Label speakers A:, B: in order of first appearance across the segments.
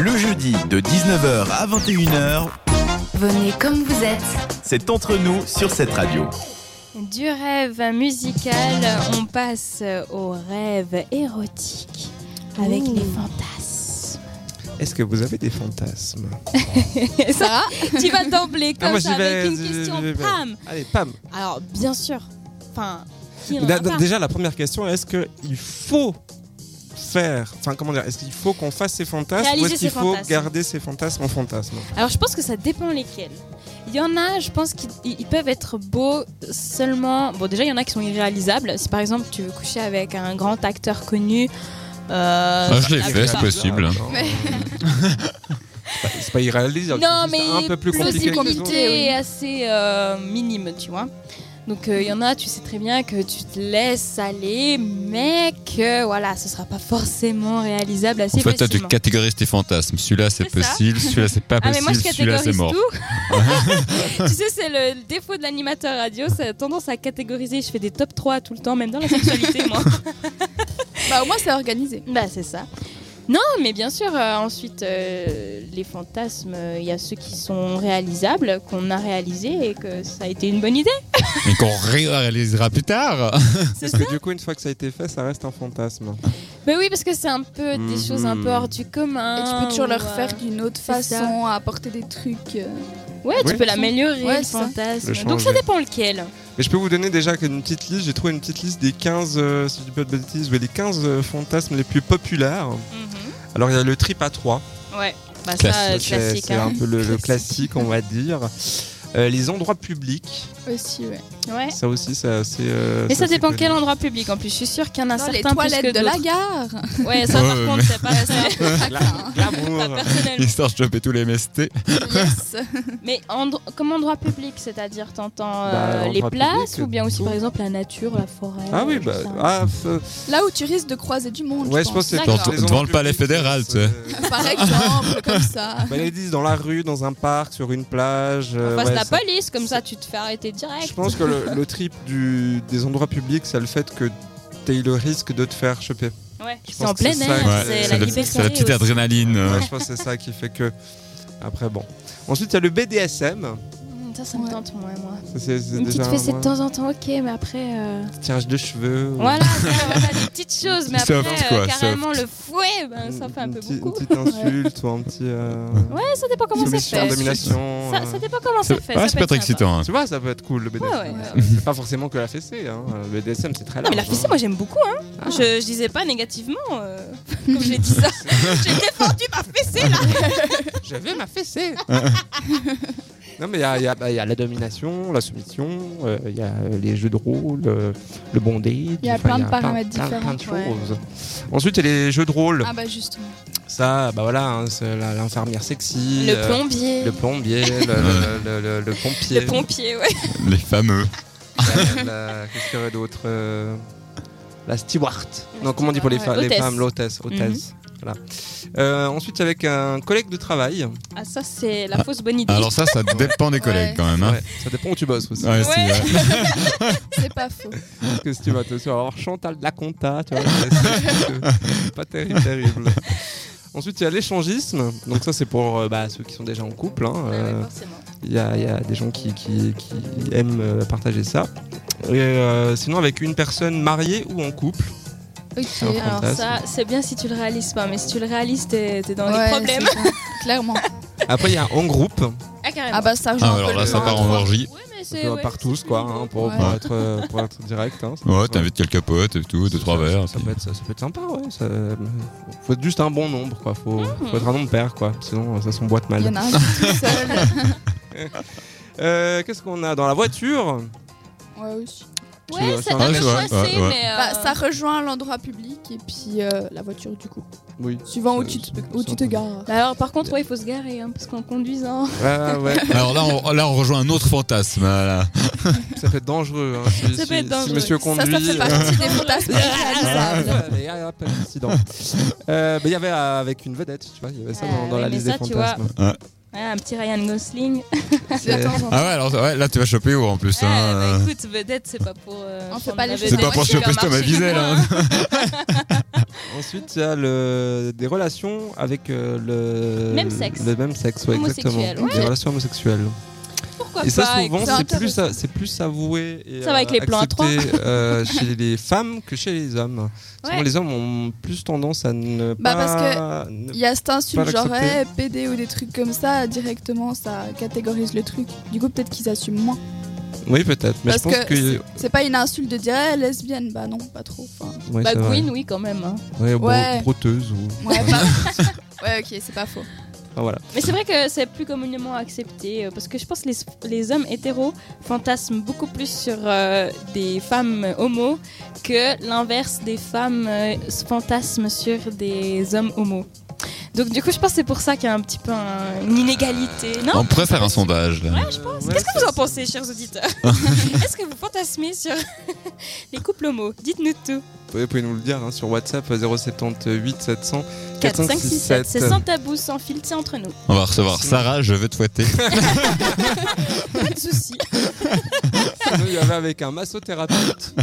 A: Le jeudi de 19h à 21h,
B: Venez comme vous êtes.
A: c'est entre nous sur cette radio.
C: Du rêve musical, on passe au rêve érotique avec
B: Ouh.
C: les fantasmes.
D: Est-ce que vous avez des fantasmes
C: Sarah Tu vas d'emblée
D: Ah,
C: comme
D: moi, j'y
C: ça
D: vais,
C: avec une
D: je- je-
C: question.
D: je vais.
C: Pam
D: Allez, pam
C: Alors, bien sûr. Enfin, qui n'en
D: Da-
C: a
D: da-
C: pas
D: Déjà, la première question, est-ce qu'il faut faire, enfin comment dire, est-ce qu'il faut qu'on fasse ses fantasmes
C: Réaliser
D: ou est-ce qu'il
C: ses
D: faut
C: fantasmes.
D: garder ses fantasmes en fantasme
C: Alors, je pense que ça dépend lesquels. Il y en a, je pense qu'ils ils peuvent être beaux seulement. Bon, déjà, il y en a qui sont irréalisables. Si par exemple, tu veux coucher avec un grand acteur connu. euh,
E: Ah, je l'ai
C: ça
E: fait,
C: peut
E: c'est
C: pas.
E: possible.
D: Ah, non. C'est pas- C'est pas irréalisable,
C: Non,
D: c'est
C: mais
D: juste un peu plus compliqué. que les autres.
C: possibilité est assez euh, minime, tu vois. Donc il y en a, tu sais très bien que tu te laisses aller, mais que voilà, ce sera pas forcément réalisable assez
E: En fait, toi, tu
C: facilement.
E: catégorises tes fantasmes. Celui-là, c'est
C: C'est ça.
E: possible. Celui-là, c'est pas
C: ah mais
E: possible.
C: moi je
E: Celui-là, c'est
C: catégorise
E: mort.
C: tout. tu sais c'est le défaut de l'animateur radio, c'est tendance à catégoriser. Je fais des top 3 tout le temps, même dans la sexualité moi.
B: Bah au moins c'est organisé.
C: Bah c'est ça. Non, mais bien sûr, euh, ensuite, euh, les fantasmes, euh, il y a ceux qui sont réalisables, qu'on a réalisés et que ça a été une bonne idée.
E: Mais qu'on réalisera plus tard.
C: C'est
D: Parce que du coup, une fois que ça a été fait, ça reste un fantasme.
C: Mais oui, parce que c'est un peu des
D: Mhm.
C: choses un peu hors du commun.
B: Et tu peux toujours
C: ou,
B: le
C: euh,
B: refaire d'une autre
C: c'est ça.
B: façon, à apporter des trucs. euh.
C: Ouais, tu
D: Oui.
C: peux l'améliorer,
B: Ouais,
C: le
B: c'est ça.
C: fantasme.
D: Le
C: Donc ça
D: changer.
C: dépend lequel.
D: Mais je peux vous donner déjà une petite liste. J'ai trouvé une petite liste des 15, euh, si je dis pas de bêtises, ouais, les 15 euh, fantasmes les plus populaires.
B: Mhm.
D: Alors il y a le trip à 3.
C: Ouais, bah ça, euh,
E: Classique.
D: C'est
C: classique.
D: c'est
C: Hein.
D: un peu le, le
C: Classique.
D: classique, on va dire. Euh, les endroits publics,
B: Aussi, ouais.
C: hein. Ouais.
D: ça aussi, c'est assez. euh,
C: Mais ça
D: c'est
C: dépend
D: connu.
C: quel endroit public. En plus, je suis sûre qu'il y en a
B: Dans les
C: certains plus que
B: toilettes de la
C: d'autres.
B: gare.
C: Ouais, ça par
E: Ouais,
C: contre,
E: mais-
C: c'est pas ça.
D: Gla-
C: pas
D: Glamour.
C: personnellement.
E: Histoire de choper tous les MST.
B: yes.
C: Mais endro- comme endroit public, c'est-à-dire t'entends euh,
D: Bah,
C: les
D: endroit
C: places
D: public,
C: ou bien aussi
D: tout.
C: par exemple la nature, la forêt.
D: Ah oui,
C: tout
D: bah.
C: ça.
D: ah, f-
B: Là où tu risques de croiser du monde.
D: ouais, je pense que c'est
C: D'accord.
D: pour les
E: Devant
D: endroits
E: le palais
D: publics,
E: fédéral,
D: c'est-
E: tu sais.
B: Par exemple, comme ça.
D: Bah, ils disent dans la rue, dans un parc, sur une plage. euh,
C: Enfin,
D: ouais,
C: c'est la
D: ça-
C: police, comme ça tu te fais arrêter direct.
D: Je pense que le, le trip du, des endroits publics, c'est le fait que t'aies le risque de te faire choper.
C: Ouais,
D: je
C: c'est
D: pense
C: en
D: que
C: plein
D: c'est ça,
C: air,
D: ouais.
C: c'est
D: C'est
C: la
D: le-
C: liberté.
E: c'est la petite
C: aussi.
E: adrénaline. euh.
D: Ouais, je pense que c'est ça qui fait que. Après, bon. Ensuite, il y a le BDSM.
C: Mm, Ça, ça me
B: Ouais.
C: tente, moi, moi.
D: Ça, c'est- c'est
C: Une
D: déjà
C: petite
D: un
C: fessée de
D: moins-
C: temps en temps, ok, mais après. euh,
D: tirage de cheveux. ou-
C: Voilà, ça, voilà, des petites choses, mais après,
E: Soft,
C: euh,
E: quoi,
C: carrément le fouet, ben, ça
D: Une-
C: fait un
D: une
C: peu
D: petite-
C: beaucoup.
D: Une petite insulte ou un petit. euh,
C: Ouais, ça dépend comment c'est
D: soumission,
C: fait.
D: domination.
C: Ça,
D: euh.
C: ça dépend comment
E: C'est
C: c'est fait.
E: ouais,
C: ça
E: c'est
C: peut
E: pas très
C: sympa.
E: excitant. hein.
D: Tu vois, ça peut être cool le BDSM.
C: Ouais, ouais.
D: Euh, C'est pas forcément que la fessée. Hein. Le BDSM, c'est très large.
C: Non, mais la fessée,
D: hein.
C: moi j'aime beaucoup. Hein.
D: Ah.
C: Je, je disais pas négativement euh, comme j'ai dit ça. j'ai défendu ma fessée là.
D: Je veux ma fessée. non, mais il y a, il y a- bah, il y a la domination, la soumission, euh, il y a euh, les jeux de rôle, euh, le bondé.
B: Il y a
D: enfin,
B: plein de paramètres
D: plein- plein- plein de
B: différents,
D: choses. Ensuite, il y a les jeux de rôle.
B: Ah bah justement.
D: Ça, bah voilà, hein, c'est la- l'infirmière sexy.
C: Le
D: euh,
C: plombier.
D: Le
C: Le,
D: plombier, le, le- le- le- le pompier.
C: pompier, ouais.
E: Les fameux.
D: La- la- Qu'est-ce qu'il y aurait d'autre Euh, La steward.
C: La
D: non, comment on dit pour les,
C: steward,
D: fa- les
C: hôtesse. Mhm.
D: femmes L'hôtesse. hôtesse. Voilà. Euh, ensuite, avec un collègue de travail.
C: Ah, ça c'est la fausse bonne idée.
E: Ah, Alors ça, ça dépend des collègues
B: Ouais.
E: quand même. hein.
D: Ouais, ça dépend où tu bosses aussi.
E: Ouais, c'est
C: Ouais.
E: vrai.
B: C'est pas faux.
D: Parce que si tu vas te sur alors Chantal de la compta, tu vois, c'est- c'est pas terrible, terrible. Ensuite, il y a l'échangisme. Donc ça, c'est pour euh, bah, ceux qui sont déjà en couple. hein.
C: Ah,
D: Euh,
C: forcément.
D: Il y, a, il y a des gens qui, qui- qui aiment euh, partager ça. Et, euh, sinon, avec une personne mariée ou en couple.
B: Ok.
D: Alors,
C: Alors ça,
D: fantasme.
C: c'est bien si tu le réalises pas, mais si tu le réalises, t'es t'es dans les
B: Ouais,
C: problèmes.
B: c'est ça. Clairement.
D: Après, il y a en groupe.
C: Ah carrément.
B: Ah bah ça rejoint
E: Ah,
B: un peu
E: alors là,
B: le
E: ça
B: point.
E: part en orgie.
C: Ouais, mais
D: On
C: c'est. ouais,
D: par
C: c'est
D: tous,
C: plus
D: quoi,
C: une
D: hein,
C: idée.
D: pour, pour
B: Ouais.
D: être, euh, pour être direct. hein, ça peut
E: Ouais,
D: être-
E: t'invites quelques potes et tout, deux, trois
D: ça-
E: verres.
D: Ça,
E: puis-
D: peut être, ça- ça peut être sympa, ouais. Ça- faut être juste un bon nombre, quoi. Faut,
C: Ah.
D: faut être un nombre pair, quoi. Sinon, euh, ça s'emboîte mal.
B: Il y en a un qui est tout seul.
D: Euh, Qu'est-ce qu'on a dans la voiture
B: Ouais, aussi.
C: Ouais, ça
D: Tu-
C: t'a
E: Ouais,
C: fait
E: je vois,
C: coincer,
E: ouais, ouais.
C: mais. euh,
B: Bah, ça rejoint l'endroit public et puis euh, la voiture du coup.
D: Oui.
B: Suivant où
D: Ça-
B: tu te,
D: ça-
B: où tu te
D: ça-
B: gares.
C: Bah alors par contre ouais il faut se garer hein, parce qu'en conduisant
D: Ah ouais,
E: Alors là on, là, on rejoint un autre fantasme. hein, là.
C: Ah.
D: ça peut être dangereux. hein. Si,
C: Ça peut
D: si-
C: être dangereux.
D: Si monsieur
B: Ça,
D: conduit.
B: ça fait partie des fantasmes
C: Ah,
B: irréalisables.
D: euh, allez, hop, hop, accident. Euh, bah, Il y avait euh, avec une vedette, tu vois, il y avait ça
C: Ah,
D: dans, dans
C: oui,
D: la
C: mais
D: liste
C: ça,
D: des
C: tu
D: fantasmes.
C: ouais, Ah, un petit Ryan Gosling
D: C'est-
B: De temps en temps.
E: Ah ouais, alors ouais, là tu vas choper où en plus
C: Ah,
E: hein,
C: bah,
E: euh,
C: écoute vedette c'est pas pour euh,
B: On fait
C: prendre
B: pas
C: la
B: les
C: vedette.
E: C'est pas pour
B: tu vas
E: choper Thomas
B: marcher.
E: Wiesel. hein.
D: Ensuite, il y a le... des relations avec euh, le...
C: Même sexe.
D: le même sexe, ouais, exactement.
C: Homosexuel, ouais.
D: Des relations homosexuelles.
C: Pourquoi
D: Et ça,
C: pas
D: souvent,
C: ça,
D: c'est plus, à- c'est plus avoué et
C: Ça va avec les plans à trois.
D: accepté, euh, chez les femmes que chez les hommes.
C: Ouais.
D: Souvent, les hommes ont plus tendance à ne
B: Bah,
D: pas.
B: parce
D: ne-
B: Il y a cet insulte,
D: Pas
B: genre
D: l'accepter.
B: hey, PD ou des trucs comme ça, directement ça catégorise le truc. Du coup, peut-être qu'ils assument moins.
D: Oui, peut-être. Mais
B: parce
D: je pense
B: que,
D: que.
B: c'est- c'est pas une insulte de dire hey, lesbienne, bah non, pas trop. Enfin,
D: Ouais,
C: Bah,
D: c'est vrai.
C: Gwyn, oui, quand même. hein.
D: Ouais, bro-
B: Ouais.
D: broteuse ou.
B: ouais, pas- ouais, ok, c'est pas faux.
D: Ah, voilà.
C: Mais c'est vrai que c'est plus communément accepté euh, parce que je pense que les, les hommes hétéros fantasment beaucoup plus sur euh, des femmes homo que l'inverse des femmes euh, se fantasment sur des hommes homo. Donc du coup, je pense que c'est pour ça qu'il y a un petit peu un- une inégalité. Non
E: On pourrait faire un sondage là.
D: je pense.
C: Qu'est-ce que vous en pensez, chers auditeurs Est-ce que vous fantasmez sur les couples homo Dites-nous tout.
D: Vous pouvez nous le dire hein, sur WhatsApp 078 700
C: 4, 5, 6, 7. C'est
D: 4567.
C: sans tabou, sans filtre, c'est entre nous.
E: On va recevoir Sarah, je veux te fouetter.
C: Pas de soucis.
D: Nous, Il y avait avec un massothérapeute.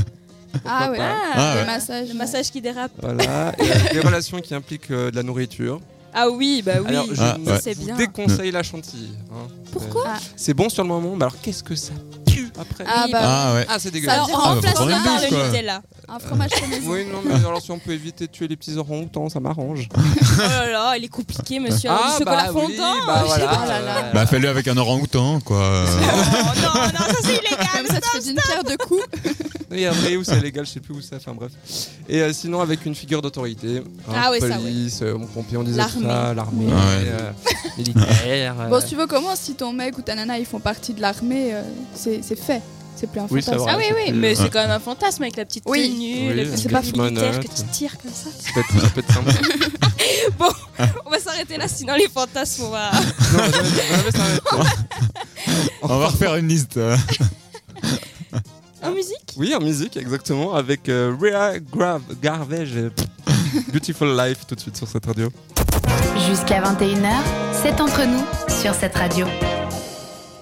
B: Ah
D: Pourquoi
B: ouais,
D: pas.
E: Ah
B: le
E: ouais.
B: massage.
C: Le massage qui dérape.
D: Voilà. Et avec des relations qui impliquent euh, de la nourriture.
C: Ah oui, bah oui.
D: Alors, je
E: Ah,
D: ne
E: ouais.
C: C'est
D: vous
C: bien.
D: déconseille la chantilly. hein.
C: Pourquoi
D: Euh,
B: Ah.
D: C'est bon sur le moment, mais alors qu'est-ce que ça pue après Ah,
B: Ah
C: Oui,
B: bah,
E: Ah ouais.
D: c'est
B: Alors,
D: dégueulasse.
B: en-
E: Ah, bah,
C: remplace
E: faut
C: le
E: prendre
C: par
E: une douche,
C: le
E: quoi.
C: Nutella.
B: un fromage pour les
D: Oui, non, mais alors si on peut éviter de tuer les petits orang-outans, ça m'arrange.
C: Oh là là, il est compliqué, monsieur. du chocolat
D: oui,
C: fondant. Oh
D: bah
C: je sais
D: voilà.
C: pas.
D: euh,
E: Bah fais-le avec un orang-outan quoi.
C: Oh, non, non, ça c'est illégal.
B: Comme Ah, ça, tu fais d'une pierre deux coups.
D: Il y a Euh, vrai où c'est légal, je sais plus où c'est, enfin bref. Et euh, sinon avec une figure d'autorité. hein,
C: Ah ouais, ça, ouais.
D: Police, euh, mon pompier, on disait
C: L'armée.
D: ça, l'armée,
E: Ouais.
D: euh, militaire. euh.
B: Bon, si tu veux, comment si ton mec ou ta nana ils font partie de l'armée, euh, c'est c'est fait. C'est plus un
D: Oui,
B: fantasme.
D: ça va.
C: Ah oui, oui,
D: Ouais.
C: mais c'est quand même un fantasme avec la petite tenue,
B: Oui.
D: Oui,
C: le
D: avec
C: petit
D: le
C: pas hein.
D: petit
C: militaire que
D: manotte.
C: tu tires comme ça.
D: Ça peut être- ça peut être sympa.
C: On va s'arrêter là, sinon les fantasmes, on va.
D: Non, on va jamais- on va jamais s'arrêter.
E: On va refaire une liste. euh.
C: En musique
D: Oui, en musique, exactement, avec euh, Rhea Grav- Garvage. euh, Beautiful Life tout de suite sur cette radio.
F: Jusqu'à 21h, c'est entre nous sur cette radio.